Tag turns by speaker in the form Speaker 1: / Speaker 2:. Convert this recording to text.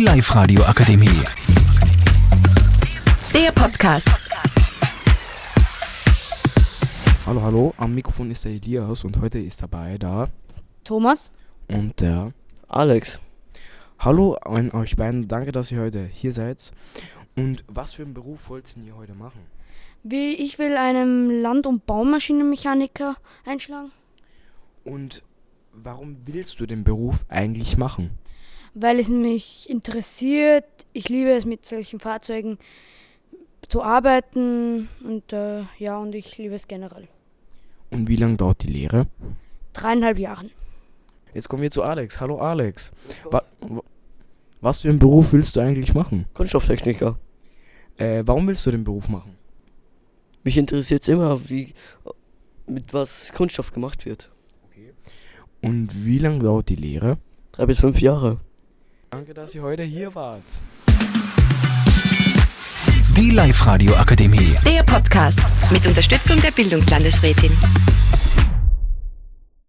Speaker 1: Live radio akademie
Speaker 2: Der Podcast.
Speaker 3: Hallo, hallo, am Mikrofon ist der Elias und heute ist dabei da
Speaker 4: Thomas?
Speaker 3: und der.
Speaker 5: Alex,
Speaker 3: Hallo an euch beiden, danke, dass ihr heute hier seid. Und was für einen Beruf wollt ihr heute machen?
Speaker 4: Wie ich will einem Land- und Baumaschinenmechaniker einschlagen,
Speaker 3: Und warum willst du den Beruf eigentlich machen?
Speaker 4: weil es mich interessiert. Ich liebe es, mit solchen Fahrzeugen zu arbeiten und äh, ja, und ich liebe es generell.
Speaker 3: Und wie lange dauert die Lehre?
Speaker 4: Dreieinhalb Jahren.
Speaker 3: Jetzt kommen wir zu Alex. Hallo, Alex. Wa wa- was für einen Beruf willst du eigentlich machen?
Speaker 5: Kunststofftechniker.
Speaker 3: Äh, warum willst du den Beruf machen?
Speaker 5: Mich interessiert immer, wie mit was Kunststoff gemacht wird.
Speaker 3: Und wie lange dauert die Lehre?
Speaker 5: Drei bis fünf Jahre.
Speaker 3: Danke, dass ihr heute hier wart.
Speaker 1: Die Live radio akademie
Speaker 2: Der Podcast. Mit Unterstützung der Bildungslandesrätin.